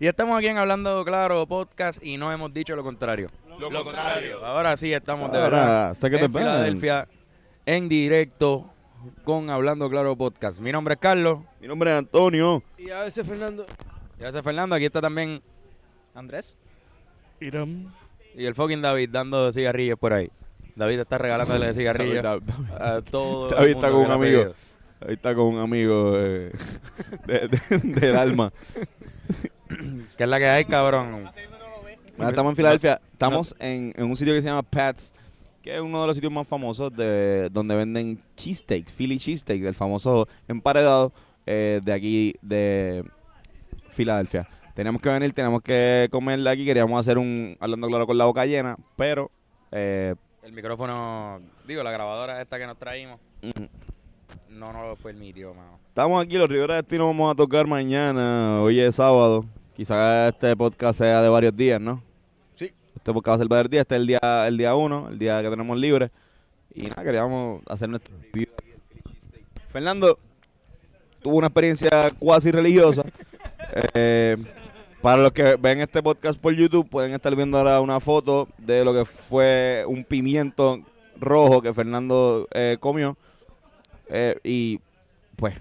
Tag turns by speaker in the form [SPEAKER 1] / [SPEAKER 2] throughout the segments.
[SPEAKER 1] Y estamos aquí en Hablando Claro Podcast y no hemos dicho lo contrario.
[SPEAKER 2] Lo, contrario.
[SPEAKER 1] Ahora sí estamos de
[SPEAKER 3] Ahora,
[SPEAKER 1] verdad
[SPEAKER 3] saque de
[SPEAKER 1] en
[SPEAKER 3] balance.
[SPEAKER 1] Filadelfia, en directo con Hablando Claro Podcast. Mi nombre es Carlos.
[SPEAKER 3] Mi nombre es Antonio.
[SPEAKER 4] Y a veces Fernando.
[SPEAKER 1] Gracias, Fernando. Aquí está también
[SPEAKER 5] Andrés.
[SPEAKER 4] Irán.
[SPEAKER 1] y el fucking David dando cigarrillos por ahí. David está regalándole cigarrillos
[SPEAKER 3] David, David, David.
[SPEAKER 1] a todo. el
[SPEAKER 3] David está
[SPEAKER 1] mundo que
[SPEAKER 3] con un
[SPEAKER 1] lo ha
[SPEAKER 3] amigo.
[SPEAKER 1] pedido.
[SPEAKER 3] Ahí está con un amigo eh, de- de- del alma.
[SPEAKER 1] ¿Qué es la que hay, cabrón?
[SPEAKER 3] Bueno, estamos en Filadelfia. Estamos en, en un sitio que se llama Pat's, que es uno de los sitios más famosos de donde venden cheesesteaks, Philly cheesesteak, el famoso emparedado eh, de aquí de Filadelfia. Tenemos que venir, tenemos que comerla aquí. Queríamos hacer un hablando claro con la boca llena, pero eh,
[SPEAKER 1] El micrófono, digo, la grabadora esta que nos traímos, no nos lo permitió, mano.
[SPEAKER 3] Estamos aquí, los Rivera Destino vamos a tocar mañana. Hoy es sábado. Quizás este podcast sea de varios días, ¿no?
[SPEAKER 1] Sí.
[SPEAKER 3] Este podcast va a ser varios días. Este es el día, el día uno, el día que tenemos libre. Y nada, queríamos hacer nuestro review. aquí del Philly Cheesesteak. Fernando tuvo una experiencia cuasi religiosa. Eh, para los que ven este podcast por YouTube, pueden estar viendo ahora una foto de lo que fue un pimiento rojo que Fernando eh, comió. Eh, y pues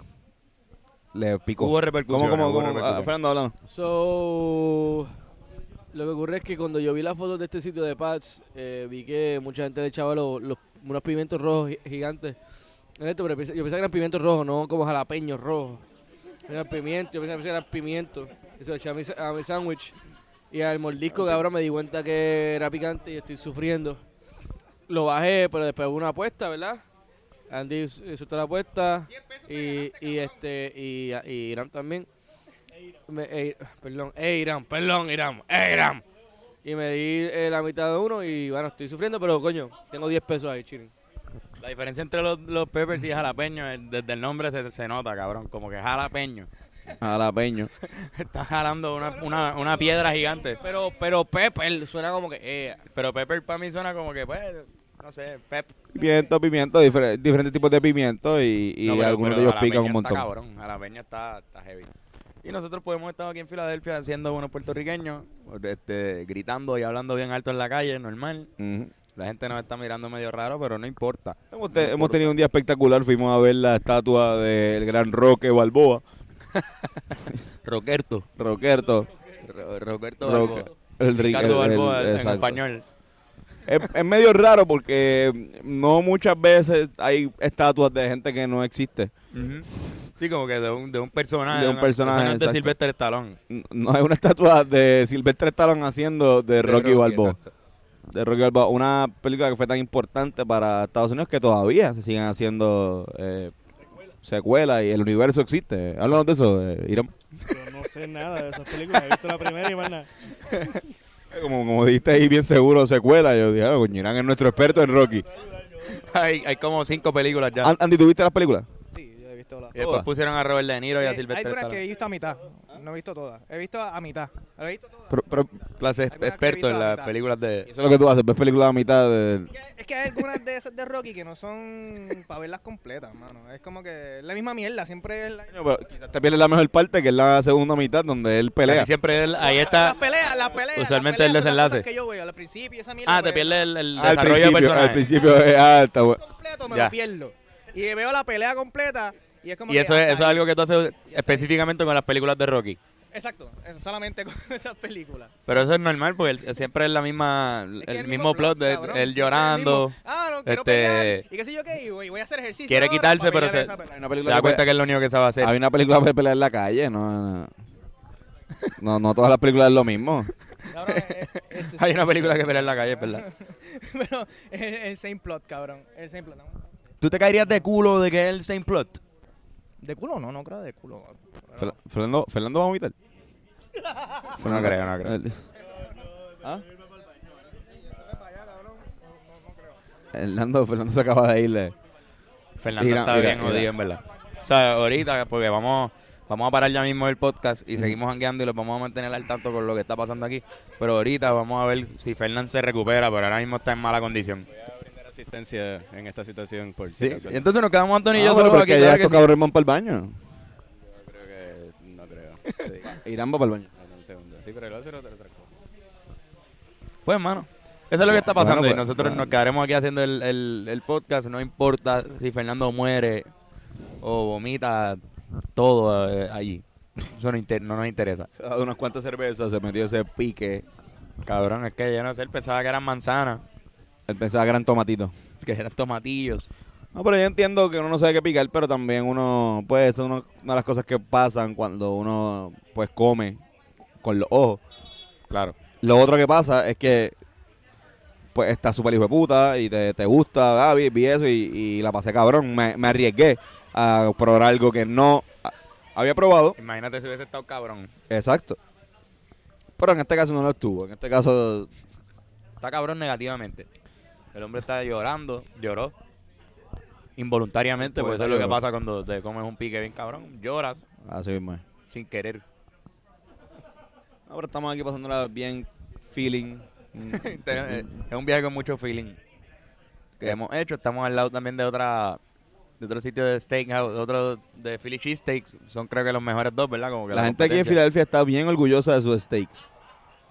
[SPEAKER 3] le picó.
[SPEAKER 1] Hubo repercusiones.
[SPEAKER 3] ¿Cómo, cómo,
[SPEAKER 1] hubo
[SPEAKER 3] cómo? Ah,
[SPEAKER 1] repercusiones.
[SPEAKER 3] Fernando, hablando.
[SPEAKER 4] So. Lo que ocurre es que cuando yo vi las fotos de este sitio de Pats, eh, vi que mucha gente le echaba los, los- unos pimientos rojos gi- gigantes. En esto, pero pensé- yo pensaba que eran pimientos rojos, no como jalapeños rojos. Eran pimientos, yo pensaba que eran pimientos. Eso lo eché a mi, sa- a mi sándwich. Y al mordisco, cabrón, me di cuenta que era picante y estoy sufriendo. Lo bajé, pero después hubo una apuesta, ¿verdad? Andy s- soltó la apuesta. Y, y este, y, y Irán también. Me- eh, perdón, eh, Irán, perdón, Irán, eh, Irán. Y me di eh, la mitad de uno y bueno, estoy sufriendo, pero coño, tengo 10 pesos ahí, chilling.
[SPEAKER 1] La diferencia entre los, los peppers y jalapeños, eh, desde el nombre se, se nota, cabrón. Como que jalapeño.
[SPEAKER 3] Jalapeño.
[SPEAKER 1] Está jalando una, una, una piedra gigante.
[SPEAKER 4] Pero, pero Pepper suena como que, eh,
[SPEAKER 1] Pero pepper para mí suena como que, pues, no sé, pep.
[SPEAKER 3] Pimiento, pimiento, difer- diferentes tipos de pimiento y, y
[SPEAKER 1] No, pero-
[SPEAKER 3] algunos
[SPEAKER 1] pero
[SPEAKER 3] de ellos
[SPEAKER 1] jalapeño
[SPEAKER 3] pican un montón.
[SPEAKER 1] Está cabrón, jalapeño está, está heavy. Y nosotros podemos estar aquí en Filadelfia siendo unos puertorriqueños, este, gritando y hablando bien alto en la calle, normal.
[SPEAKER 3] Ujú.
[SPEAKER 1] La gente nos está mirando medio raro, pero no importa.
[SPEAKER 3] Hemos, te- hemos tenido un día espectacular, fuimos a ver la estatua del gran Roque Balboa,
[SPEAKER 1] Roquerto.
[SPEAKER 3] Roquerto,
[SPEAKER 1] Ro- Roquerto
[SPEAKER 3] Roque-
[SPEAKER 1] Balboa.
[SPEAKER 3] el, ri-
[SPEAKER 1] Ricardo
[SPEAKER 3] el- el-
[SPEAKER 1] Balboa en
[SPEAKER 3] exacto.
[SPEAKER 1] español.
[SPEAKER 3] Es, es medio raro porque no muchas veces hay estatuas de gente que no existe.
[SPEAKER 1] Sí, como que de un, de un personaje.
[SPEAKER 3] De un
[SPEAKER 1] una-
[SPEAKER 3] personaje,
[SPEAKER 1] personaje de
[SPEAKER 3] exacto.
[SPEAKER 1] Sylvester Stallone.
[SPEAKER 3] N- No hay una estatua de Silvestre Stallone haciendo de, Rocky, Balboa.
[SPEAKER 1] exacto.
[SPEAKER 3] De Rocky Balboa, una película que fue tan importante para Estados Unidos que todavía se siguen haciendo eh, secuelas y el universo existe. Háblanos de eso, eh, Irán.
[SPEAKER 5] Yo no sé nada de esas películas. He visto la primera y más nada.
[SPEAKER 3] Eh, Como, como dijiste ahí bien seguro, secuela. Yo dije, ah, coño, Irán es nuestro experto en Rocky.
[SPEAKER 1] Hay, hay como cinco películas ya.
[SPEAKER 3] An- Andy, ¿tú viste las películas?
[SPEAKER 5] Sí, yo he visto la.
[SPEAKER 1] y después
[SPEAKER 3] todas.
[SPEAKER 1] pusieron a Robert De Niro y a
[SPEAKER 5] Eh, hay
[SPEAKER 1] Sylvester
[SPEAKER 5] algunas que
[SPEAKER 1] Stallone.
[SPEAKER 5] he visto a mitad. No he visto todas. He visto a, a mitad. He visto todas.
[SPEAKER 3] Pero, pero,
[SPEAKER 1] Clase
[SPEAKER 5] algunas que he
[SPEAKER 1] experto
[SPEAKER 5] visto
[SPEAKER 1] en
[SPEAKER 5] a
[SPEAKER 1] las
[SPEAKER 5] mitad.
[SPEAKER 1] películas de...
[SPEAKER 3] eso es lo que tú haces, ves películas a mitad de...
[SPEAKER 5] Es que- Es que hay algunas de esas de Rocky que no son para verlas completas, mano. Es como que es la misma mierda. Siempre es la
[SPEAKER 3] Coño, pero quizás te pierdes la mejor parte, que es la segunda mitad, donde él pelea.
[SPEAKER 1] Casi Siempre él, ahí está...
[SPEAKER 5] Las peleas, las peleas.
[SPEAKER 1] Usualmente
[SPEAKER 5] las peleas
[SPEAKER 1] el
[SPEAKER 5] son las
[SPEAKER 1] desenlace.
[SPEAKER 5] cosas que yo veo al principio, esa mierda.
[SPEAKER 1] Ah, te
[SPEAKER 5] pues,
[SPEAKER 1] pierdes el, el
[SPEAKER 3] Ah, al
[SPEAKER 1] desarrollo de
[SPEAKER 3] principio, al
[SPEAKER 1] personaje.
[SPEAKER 3] principio es alta, güey.
[SPEAKER 5] completo me
[SPEAKER 1] Ya.
[SPEAKER 5] lo pierdo. Y veo la pelea completa y es como
[SPEAKER 1] Y
[SPEAKER 5] que "Ah,
[SPEAKER 1] eso es,
[SPEAKER 5] hasta
[SPEAKER 1] eso es
[SPEAKER 5] ahí.
[SPEAKER 1] algo que tú haces específicamente con las películas de Rocky.
[SPEAKER 5] Exacto, eso solamente con esas películas.
[SPEAKER 1] Pero eso es normal porque él- siempre es la misma,
[SPEAKER 5] Es que
[SPEAKER 1] el,
[SPEAKER 5] es
[SPEAKER 1] mismo plot, de
[SPEAKER 5] cabrón,
[SPEAKER 1] él
[SPEAKER 5] siempre es el
[SPEAKER 1] llorando,
[SPEAKER 5] mismo. Ah, no, quiero
[SPEAKER 1] este,
[SPEAKER 5] pelear, y qué sé yo qué, y voy, voy a hacer ejercicio.
[SPEAKER 1] quiere
[SPEAKER 5] ahora
[SPEAKER 1] quitarse,
[SPEAKER 5] para
[SPEAKER 1] pero
[SPEAKER 5] pelear
[SPEAKER 1] se-
[SPEAKER 5] esa pelea.
[SPEAKER 3] Hay una
[SPEAKER 1] se
[SPEAKER 3] película
[SPEAKER 1] da
[SPEAKER 3] que-
[SPEAKER 1] cuenta que es lo único que sabe hacer.
[SPEAKER 3] Hay una película de pelea en la calle, no... no. No, no todas las películas es lo mismo.
[SPEAKER 5] Cabrón, eh, este-
[SPEAKER 1] Hay una película que pelea en la calle, es verdad.
[SPEAKER 5] pero es el, el same plot, cabrón. El same plot. ¿no?
[SPEAKER 1] ¿Tú te caerías de culo de que es el same plot?
[SPEAKER 5] De culo no, no creo de culo. pero-
[SPEAKER 3] Fer- Fernando, Fernando va a vomitar.
[SPEAKER 1] Pues No creo, no creo.
[SPEAKER 3] El- ¿Ah? Fernando, Fernando se acaba de Ah, irle.
[SPEAKER 1] Fernando
[SPEAKER 3] Mira,
[SPEAKER 1] está
[SPEAKER 3] mira,
[SPEAKER 1] bien
[SPEAKER 3] mira.
[SPEAKER 1] jodido, en verdad. O sea, ahorita, porque vamos, vamos a parar ya mismo el podcast y seguimos jangueando y los vamos a mantener al tanto con lo que está pasando aquí. Pero ahorita vamos a ver si Fernán se recupera, pero ahora mismo está en mala condición.
[SPEAKER 6] asistencia en esta situación por si
[SPEAKER 1] Sí,
[SPEAKER 6] acaso.
[SPEAKER 1] y entonces nos quedamos Antonio y
[SPEAKER 3] Ah,
[SPEAKER 1] yo
[SPEAKER 3] bueno,
[SPEAKER 1] solos aquí.
[SPEAKER 3] porque ya
[SPEAKER 1] claro que
[SPEAKER 3] estos
[SPEAKER 1] sí.
[SPEAKER 3] cabrones van para el baño.
[SPEAKER 6] Creo que es- no creo. Sí.
[SPEAKER 3] Irán va para el baño.
[SPEAKER 6] No, no, un segundo. Sí, pero el otro era otra cosa.
[SPEAKER 1] Pues, mano, eso es lo que está
[SPEAKER 3] Bueno,
[SPEAKER 1] pasando.
[SPEAKER 3] pues,
[SPEAKER 1] y nosotros
[SPEAKER 3] bueno.
[SPEAKER 1] nos quedaremos aquí haciendo el, el- el podcast. No importa si Fernando muere o vomita todo eh, allí. Eso no, inter- no nos interesa.
[SPEAKER 3] Se ha dado unas cuantas cervezas, se metió ese pique.
[SPEAKER 1] Cabrón, es que yo no sé, él pensaba que eran manzanas,
[SPEAKER 3] Él pensaba gran tomatito.
[SPEAKER 1] que eran tomatillos.
[SPEAKER 3] No, pero yo entiendo que uno no sabe qué picar, pero también uno, pues, es uno- una de las cosas que pasan cuando uno, pues, come con los ojos.
[SPEAKER 1] Claro.
[SPEAKER 3] Lo otro que pasa es que, pues, está súper hijo de puta y te, te gusta, ah, vi, vi eso y, y la pasé cabrón. Me, me arriesgué a probar algo que no ah, había probado.
[SPEAKER 1] Imagínate si hubiese estado cabrón.
[SPEAKER 3] Exacto. Pero en este caso no lo estuvo. En este caso,
[SPEAKER 1] Está cabrón negativamente. El hombre está llorando, lloró. Involuntariamente,
[SPEAKER 3] Pues
[SPEAKER 1] porque eso es
[SPEAKER 3] está
[SPEAKER 1] lo que
[SPEAKER 3] lloró.
[SPEAKER 1] pasa cuando te comes un pique bien cabrón. Lloras
[SPEAKER 3] así mismo es.
[SPEAKER 1] sin querer.
[SPEAKER 3] Ahora estamos aquí pasándola bien feeling.
[SPEAKER 1] Ten- eh, es un viaje con mucho feeling que
[SPEAKER 3] Eh.
[SPEAKER 1] hemos hecho. Estamos al lado también de otra de otro sitio de steakhouse, otro de Philly Cheese Steaks. Son creo que los mejores dos, ¿verdad? Como que
[SPEAKER 3] La gente aquí en
[SPEAKER 1] competencia.
[SPEAKER 3] Filadelfia está bien orgullosa de sus steaks.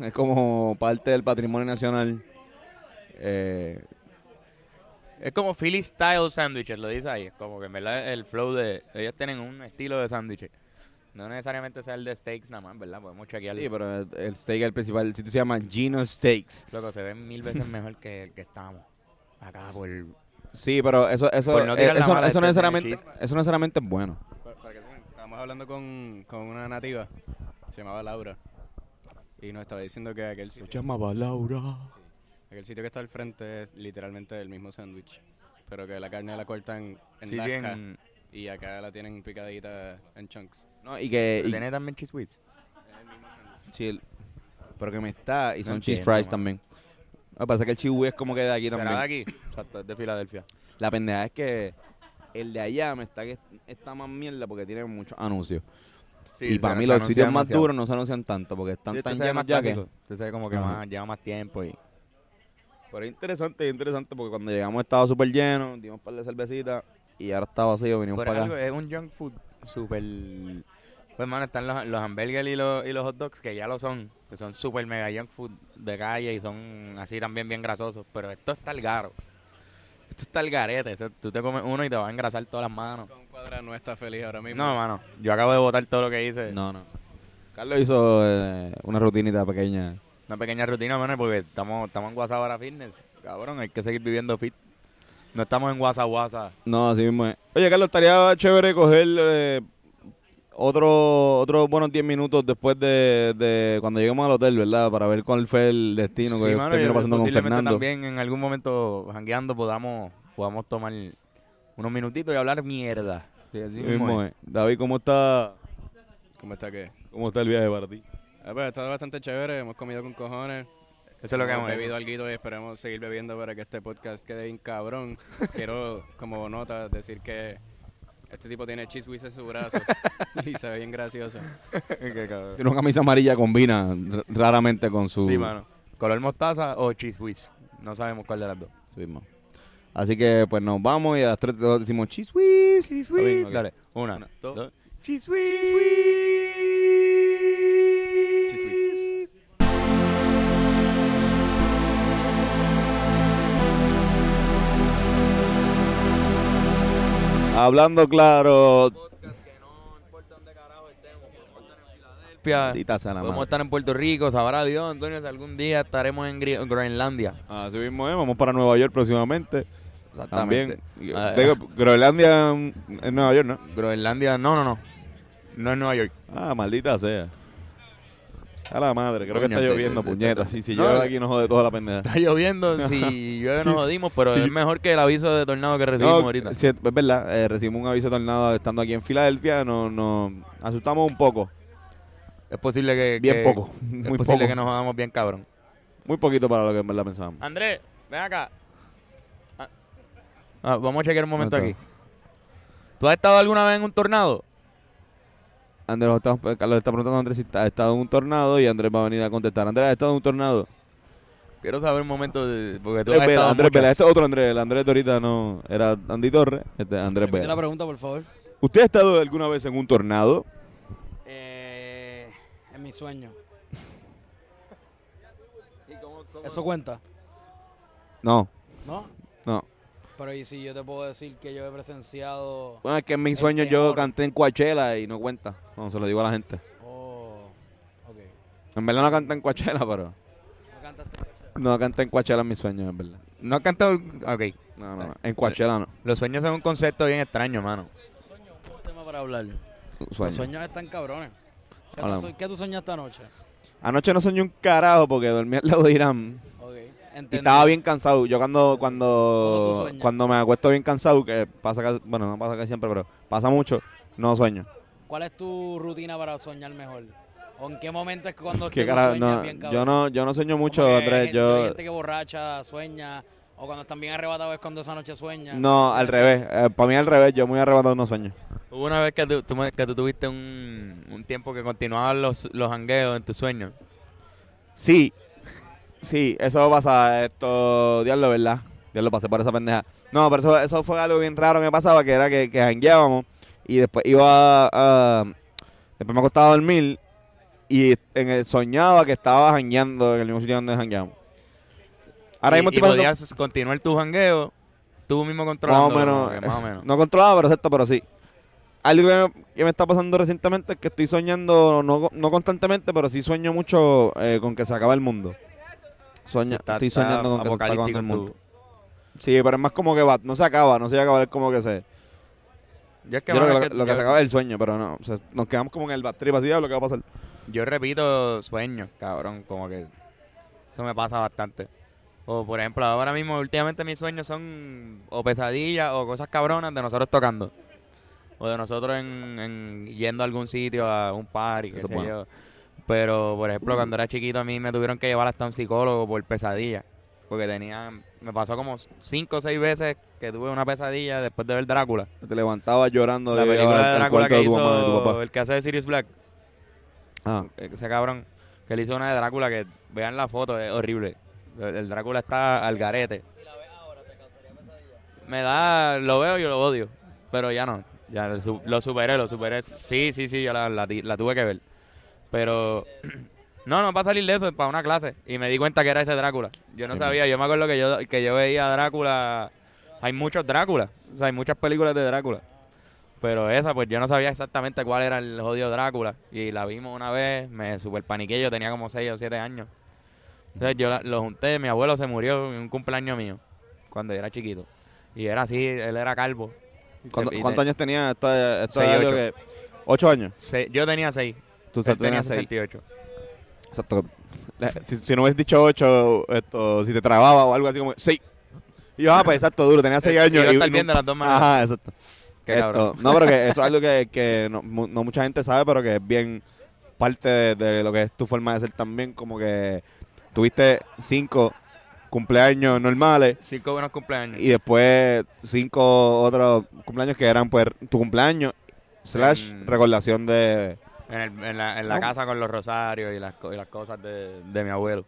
[SPEAKER 3] Es como parte del patrimonio nacional. Eh,
[SPEAKER 1] Es como Philly Style Sandwiches, lo dice ahí. Como que en verdad el flow de... Ellos tienen un estilo de sándwiches. No necesariamente sea el de steaks nada más, ¿verdad? Podemos chequearlo.
[SPEAKER 3] sí, pues. pero el- el steak, el principal, el sitio se llama Gino Steaks.
[SPEAKER 1] Loco, se ve mil veces mejor que el que estamos. Acá por...
[SPEAKER 3] Sí, pero eso, eso,
[SPEAKER 1] Por no
[SPEAKER 3] eh,
[SPEAKER 1] tirar la
[SPEAKER 3] eso,
[SPEAKER 1] mala de
[SPEAKER 3] eso
[SPEAKER 1] este
[SPEAKER 3] necesariamente,
[SPEAKER 1] Gino
[SPEAKER 3] eso necesariamente es bueno.
[SPEAKER 6] Pa- para que tengan- Estábamos hablando con, con una nativa, se llamaba Laura, y nos estaba diciendo que aquel sitio,
[SPEAKER 3] llamaba Laura.
[SPEAKER 6] aquel sitio que está al frente es literalmente el mismo sándwich, pero que la carne la cortan
[SPEAKER 1] Sí,
[SPEAKER 6] en
[SPEAKER 1] sí,
[SPEAKER 6] lasca
[SPEAKER 1] en-
[SPEAKER 6] y acá la tienen picadita en chunks.
[SPEAKER 3] No, y que. Eh, y-
[SPEAKER 1] ¿Tiene también cheese whiz?
[SPEAKER 3] sí, el- pero que me está. Y
[SPEAKER 1] No
[SPEAKER 3] son cheese
[SPEAKER 1] entiendo,
[SPEAKER 3] fries
[SPEAKER 1] mano.
[SPEAKER 3] también. Me parece que el chihui es como que de aquí también.
[SPEAKER 1] ¿Será de aquí? Exacto, es de Filadelfia.
[SPEAKER 3] La pendeja es que el de allá me está que está más mierda porque tiene muchos anuncios.
[SPEAKER 1] Sí,
[SPEAKER 3] y
[SPEAKER 1] se
[SPEAKER 3] para
[SPEAKER 1] nos-
[SPEAKER 3] mí
[SPEAKER 1] se
[SPEAKER 3] los
[SPEAKER 1] anuncia
[SPEAKER 3] sitios más
[SPEAKER 1] demasiado.
[SPEAKER 3] duros no se anuncian tanto porque están
[SPEAKER 1] Sí,
[SPEAKER 3] tan
[SPEAKER 1] este se ve
[SPEAKER 3] llenos
[SPEAKER 1] más
[SPEAKER 3] ya que.
[SPEAKER 1] clásico. Este se ve como que
[SPEAKER 3] Ajá.
[SPEAKER 1] más, lleva más tiempo y...
[SPEAKER 3] Pero es interesante, es interesante porque cuando llegamos estaba súper lleno, dimos un par de cervecitas y ahora está vacío, venimos
[SPEAKER 1] Pero
[SPEAKER 3] para
[SPEAKER 1] algo,
[SPEAKER 3] acá.
[SPEAKER 1] es un junk food súper... Pues, mano, están los, los hamburgers y los, y los hot dogs, que ya lo son. Que son súper mega junk food de calle y son así también bien grasosos. Pero esto está el garo. Esto está el garete. Esto- tú te comes uno y te va a engrasar todas las manos.
[SPEAKER 6] Con cuadra no está feliz ahora mismo.
[SPEAKER 1] No, mano. Yo acabo de botar todo lo que hice.
[SPEAKER 3] No, no. Carlos hizo eh, una rutinita pequeña.
[SPEAKER 1] Una pequeña rutina, mano, porque estamos, estamos en Guasabara Fitness. Cabrón, hay que seguir viviendo fit. No estamos en Guasaguasa.
[SPEAKER 3] No, así mismo es. Oye, Carlos, estaría chévere coger eh, otro, otros buenos 10 minutos después de, de cuando lleguemos al hotel, ¿verdad? Para ver cuál fue el destino que
[SPEAKER 1] mano,
[SPEAKER 3] terminó
[SPEAKER 1] yo-
[SPEAKER 3] pasando con
[SPEAKER 1] posiblemente
[SPEAKER 3] Fernando.
[SPEAKER 1] también en algún momento, jangueando, podamos, podamos tomar unos minutitos y hablar mierda. Sí, así
[SPEAKER 3] Así
[SPEAKER 1] mismo
[SPEAKER 3] mismo
[SPEAKER 1] es.
[SPEAKER 3] es. David, ¿cómo está,
[SPEAKER 6] ¿Cómo está que?
[SPEAKER 3] ¿cómo está el viaje para ti?
[SPEAKER 6] Ah, pues, ha estado bastante chévere, hemos comido con cojones.
[SPEAKER 1] Eso es lo que hemos
[SPEAKER 6] bebido algo y esperemos seguir bebiendo para que este podcast quede bien cabrón. Quiero, como nota, decir que este tipo tiene cheese whiz en su brazo y se ve bien gracioso.
[SPEAKER 1] Qué cabrón.
[SPEAKER 3] Tiene una camisa amarilla combina r- raramente con su...
[SPEAKER 1] Sí, mano. Color mostaza o cheese whiz. No sabemos cuál de las dos.
[SPEAKER 3] Sí, mano. Así que pues nos vamos y a las 3 decimos cheese whiz, cheese
[SPEAKER 1] Está
[SPEAKER 3] whiz".
[SPEAKER 1] bien, ok.
[SPEAKER 3] Dale.
[SPEAKER 1] Dale, una,
[SPEAKER 3] Una, dos.
[SPEAKER 1] dos.
[SPEAKER 3] Cheese whiz.
[SPEAKER 6] Cheese whiz.
[SPEAKER 3] Hablando claro,
[SPEAKER 1] Filadelfia.
[SPEAKER 3] y taza a la
[SPEAKER 1] Podemos
[SPEAKER 3] madre.
[SPEAKER 1] estar en Puerto Rico, sabrá Dios, Antonio, si algún día estaremos en Gri- Groenlandia.
[SPEAKER 3] Así mismo es, vamos para Nueva York próximamente. También.
[SPEAKER 1] Ah,
[SPEAKER 3] Digo, Groenlandia mm, en Nueva York, ¿no?
[SPEAKER 1] Groenlandia, no, no, no. No es Nueva York.
[SPEAKER 3] Ah, maldita sea. A la madre, creo que
[SPEAKER 1] Coño,
[SPEAKER 3] está
[SPEAKER 1] te-
[SPEAKER 3] lloviendo,
[SPEAKER 1] te-
[SPEAKER 3] puñetas. Sí, sí,
[SPEAKER 1] No,
[SPEAKER 3] llueve
[SPEAKER 1] eh.
[SPEAKER 3] aquí nos jode toda la pendeja.
[SPEAKER 1] Está lloviendo, si llueve
[SPEAKER 3] Sí,
[SPEAKER 1] nos
[SPEAKER 3] sí.
[SPEAKER 1] jodimos, pero
[SPEAKER 3] Sí.
[SPEAKER 1] es mejor que el aviso de tornado que
[SPEAKER 3] No,
[SPEAKER 1] recibimos ahorita.
[SPEAKER 3] sí, es verdad, eh, recibimos un aviso de tornado estando aquí en Filadelfia, nos no, asustamos un poco,
[SPEAKER 1] Es posible que...
[SPEAKER 3] bien
[SPEAKER 1] que-
[SPEAKER 3] poco,
[SPEAKER 1] Es
[SPEAKER 3] muy
[SPEAKER 1] posible
[SPEAKER 3] poco,
[SPEAKER 1] que nos jodamos bien cabrón.
[SPEAKER 3] muy poquito para lo que en verdad pensábamos.
[SPEAKER 1] Andrés, ven acá. Ah, vamos a chequear un momento
[SPEAKER 3] Ah,
[SPEAKER 1] aquí. ¿Tú has estado alguna vez en un tornado?
[SPEAKER 3] Andrés, está- Carlos está preguntando a Andrés si está- ha estado en un tornado y Andrés va a venir a contestar. Andrés, ¿ha estado en un tornado?
[SPEAKER 1] Quiero saber un momento, de, porque tú has
[SPEAKER 3] Andrés
[SPEAKER 1] estado
[SPEAKER 3] Vela,
[SPEAKER 1] en
[SPEAKER 3] Andrés
[SPEAKER 1] muchas.
[SPEAKER 3] Vela, este es otro Andrés, el Andrés de ahorita no, era Andy Torres, este es Andrés
[SPEAKER 2] Repite la
[SPEAKER 3] Vela.
[SPEAKER 2] pregunta, por favor.
[SPEAKER 3] ¿Usted ha estado alguna vez en un tornado?
[SPEAKER 2] Eh, en mi sueño. Eso cuenta,
[SPEAKER 3] No,
[SPEAKER 2] ¿no?
[SPEAKER 3] no.
[SPEAKER 2] Pero y si yo te puedo decir que yo he presenciado...
[SPEAKER 3] Bueno, Ah, es que en mis
[SPEAKER 2] El
[SPEAKER 3] sueños yo
[SPEAKER 2] mejor.
[SPEAKER 3] canté en Coachella y no cuenta. No, se lo digo a la gente.
[SPEAKER 2] Oh, ok.
[SPEAKER 3] En verdad no canté en Coachella, pero...
[SPEAKER 2] ¿No cantaste?
[SPEAKER 3] No canté en Coachella en mis sueños, en verdad.
[SPEAKER 1] No has cantado. Ok.
[SPEAKER 3] No, no, no. En Coachella no.
[SPEAKER 1] Los sueños son un concepto bien extraño, mano.
[SPEAKER 2] Un tema para hablar.
[SPEAKER 3] Sueño.
[SPEAKER 2] Los sueños están cabrones. ¿Qué tú,
[SPEAKER 3] Hablamos.
[SPEAKER 2] sue- qué tú soñas esta noche?
[SPEAKER 3] Anoche no soñé un carajo porque dormí al lado de Irán.
[SPEAKER 2] Ok,
[SPEAKER 3] Y
[SPEAKER 2] entendí.
[SPEAKER 3] estaba bien cansado. Yo cuando
[SPEAKER 2] Todo tú
[SPEAKER 3] cuando
[SPEAKER 2] sueñas.
[SPEAKER 3] cuando me acuesto bien cansado, que pasa casi- bueno, no pasa casi siempre, pero pasa mucho, no sueño.
[SPEAKER 2] ¿Cuál es tu rutina para soñar mejor? ¿O en qué momento es que cuando es
[SPEAKER 3] ¿Qué
[SPEAKER 2] que tú
[SPEAKER 3] carajo?
[SPEAKER 2] sueñas
[SPEAKER 3] No,
[SPEAKER 2] bien cabrón?
[SPEAKER 3] yo no yo no sueño mucho,
[SPEAKER 2] Como que hay
[SPEAKER 3] Andrés,
[SPEAKER 2] gente- Hay
[SPEAKER 3] yo
[SPEAKER 2] gente que borracha sueña, o cuando están bien arrebatados es cuando esa noche sueña.
[SPEAKER 3] no, al revés. para mí al revés, yo muy arrebatado no sueño.
[SPEAKER 1] Hubo una vez que tú, tú me- que tú tuviste un, un tiempo que continuaban los, los hangueos en tus sueños.
[SPEAKER 3] Sí. Sí, eso pasa esto diablo, ¿verdad? Diablo pasé por esa pendeja. No, pero eso, eso fue algo bien raro que me pasaba, que era que, que jangueábamos y después iba a, a- después me acostaba a dormir y en el- soñaba que estaba jangueando en el mismo sitio donde jangueamos. Ahora
[SPEAKER 1] y,
[SPEAKER 3] mismo
[SPEAKER 1] y
[SPEAKER 3] estoy pasando-
[SPEAKER 1] podías continuar tu jangueo, tú mismo controlando.
[SPEAKER 3] menos, eh,
[SPEAKER 1] Más o menos.
[SPEAKER 3] No controlaba, pero exacto, pero sí. Algo que me, que me está pasando recientemente es que estoy soñando, no, no constantemente, pero sí sueño mucho eh, con que se acaba el mundo. Sueña,
[SPEAKER 1] Está-
[SPEAKER 3] estoy
[SPEAKER 1] está
[SPEAKER 3] soñando con que se está acabando el
[SPEAKER 1] apocalíptico
[SPEAKER 3] mundo. Sí, pero es más como que va, no se acaba, no se acaba, es como que se...
[SPEAKER 1] tú. Yo, es que,
[SPEAKER 3] yo
[SPEAKER 1] mano,
[SPEAKER 3] creo que lo,
[SPEAKER 1] es que
[SPEAKER 3] lo que
[SPEAKER 1] yo-
[SPEAKER 3] se acaba es el sueño, pero no. o sea, nos quedamos como en el batrip así, lo que va a pasar.
[SPEAKER 1] Yo repito sueños, cabrón, como que eso me pasa bastante. O por ejemplo, ahora mismo últimamente mis sueños son o pesadillas o cosas cabronas de nosotros tocando. O de nosotros en, en yendo a algún sitio, a un party, qué
[SPEAKER 3] Eso es
[SPEAKER 1] sé
[SPEAKER 3] bueno.
[SPEAKER 1] yo. Pero, por ejemplo, cuando era chiquito a mí me tuvieron que llevar hasta un psicólogo por pesadilla. Porque tenía, me pasó como cinco o seis veces que tuve una pesadilla después de ver Drácula.
[SPEAKER 3] Te levantabas llorando
[SPEAKER 1] la
[SPEAKER 3] y llegabas
[SPEAKER 1] película de
[SPEAKER 3] al- al
[SPEAKER 1] Drácula
[SPEAKER 3] cuarto
[SPEAKER 1] que
[SPEAKER 3] de tu mamá y tu
[SPEAKER 1] hizo
[SPEAKER 3] papá.
[SPEAKER 1] el que hace de Sirius Black
[SPEAKER 3] Ah,
[SPEAKER 1] ese cabrón que le hizo una de Drácula que vean la foto, es horrible. El, el Drácula está al garete. Me da, lo veo y lo odio, pero ya no, ya lo, su- lo superé, lo superé. Sí, sí, sí, yo la, la ti- la tuve que ver. Pero no, no para salir de eso, para una clase y me di cuenta que era ese Drácula. Yo no
[SPEAKER 3] Sí,
[SPEAKER 1] sabía, yo me acuerdo que yo que yo veía Drácula. Hay muchos Drácula, o sea, hay muchas películas de Drácula. Pero esa, pues yo no sabía exactamente cuál era el jodido Drácula. Y la vimos una vez, me super paniqué, yo tenía como 6 o 7 años. Entonces yo la- lo junté, mi abuelo se murió en un cumpleaños mío, cuando yo era chiquito. Y era así, él era calvo.
[SPEAKER 3] ¿Cuánto-
[SPEAKER 1] Y te-
[SPEAKER 3] ¿Cuántos años tenía esta, esta
[SPEAKER 1] Seis,
[SPEAKER 3] algo
[SPEAKER 1] ocho.
[SPEAKER 3] que- ¿Ocho años?
[SPEAKER 1] se- yo tenía 6,
[SPEAKER 3] Tú,
[SPEAKER 1] él
[SPEAKER 3] tú
[SPEAKER 1] tenía
[SPEAKER 3] tenías seis.
[SPEAKER 1] 68.
[SPEAKER 3] Exacto. La- Si, si no hubiese dicho 8, esto, si te trababa o algo así como 6. Y yo, ah, pues exacto, duro, tenía 6
[SPEAKER 1] Iba
[SPEAKER 3] años.
[SPEAKER 1] a
[SPEAKER 3] y-
[SPEAKER 1] estar
[SPEAKER 3] y
[SPEAKER 1] bien
[SPEAKER 3] no-
[SPEAKER 1] de las dos maneras.
[SPEAKER 3] Ajá, exacto.
[SPEAKER 1] Qué
[SPEAKER 3] Esto,
[SPEAKER 1] cabrón.
[SPEAKER 3] No, pero que eso es algo que, que no, mu- no mucha gente sabe, pero que es bien parte de, de lo que es tu forma de ser también. Como que tuviste 5 cumpleaños normales
[SPEAKER 1] Cinco buenos cumpleaños.
[SPEAKER 3] y después 5 otros cumpleaños que eran pues tu cumpleaños slash
[SPEAKER 1] Mm.
[SPEAKER 3] recordación de...
[SPEAKER 1] En, el- en la, en la
[SPEAKER 3] No.
[SPEAKER 1] casa con los rosarios y las, co- y las cosas de, de mi abuelo.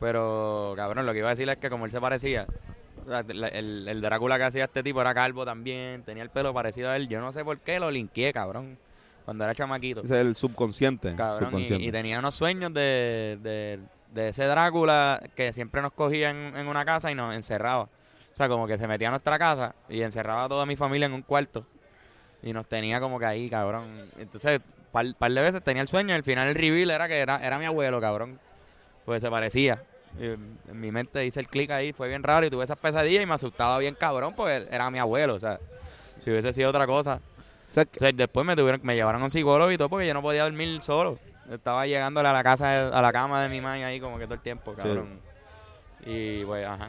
[SPEAKER 1] Pero, cabrón, lo que iba a decir es que como él se parecía, o sea, la- el, el Drácula que hacía este tipo era calvo también, tenía el pelo parecido a él. Yo no sé por qué lo linqué, cabrón, cuando era chamaquito.
[SPEAKER 3] ese Es el subconsciente.
[SPEAKER 1] Cabrón, y,
[SPEAKER 3] subconsciente.
[SPEAKER 1] y tenía unos sueños de, de- de ese Drácula que siempre nos cogía en, en una casa y nos encerraba. O sea, como que se metía a nuestra casa y encerraba a toda mi familia en un cuarto. Y nos tenía como que ahí, cabrón. Entonces, par, par de veces tenía el sueño y al final el reveal era que era, era mi abuelo, cabrón. Pues se parecía. Y en en mi mente hice el clic ahí, fue bien raro y tuve esas pesadillas y me asustaba bien, cabrón, porque era mi abuelo, o sea. Si hubiese sido otra cosa,
[SPEAKER 3] O sea,
[SPEAKER 1] o
[SPEAKER 3] que-
[SPEAKER 1] sea, después me tuvieron, me llevaron a un psicólogo y todo porque yo no podía dormir solo. Estaba llegándole a la casa, a la cama de mi madre ahí como que todo el tiempo, cabrón. Y pues, ajá.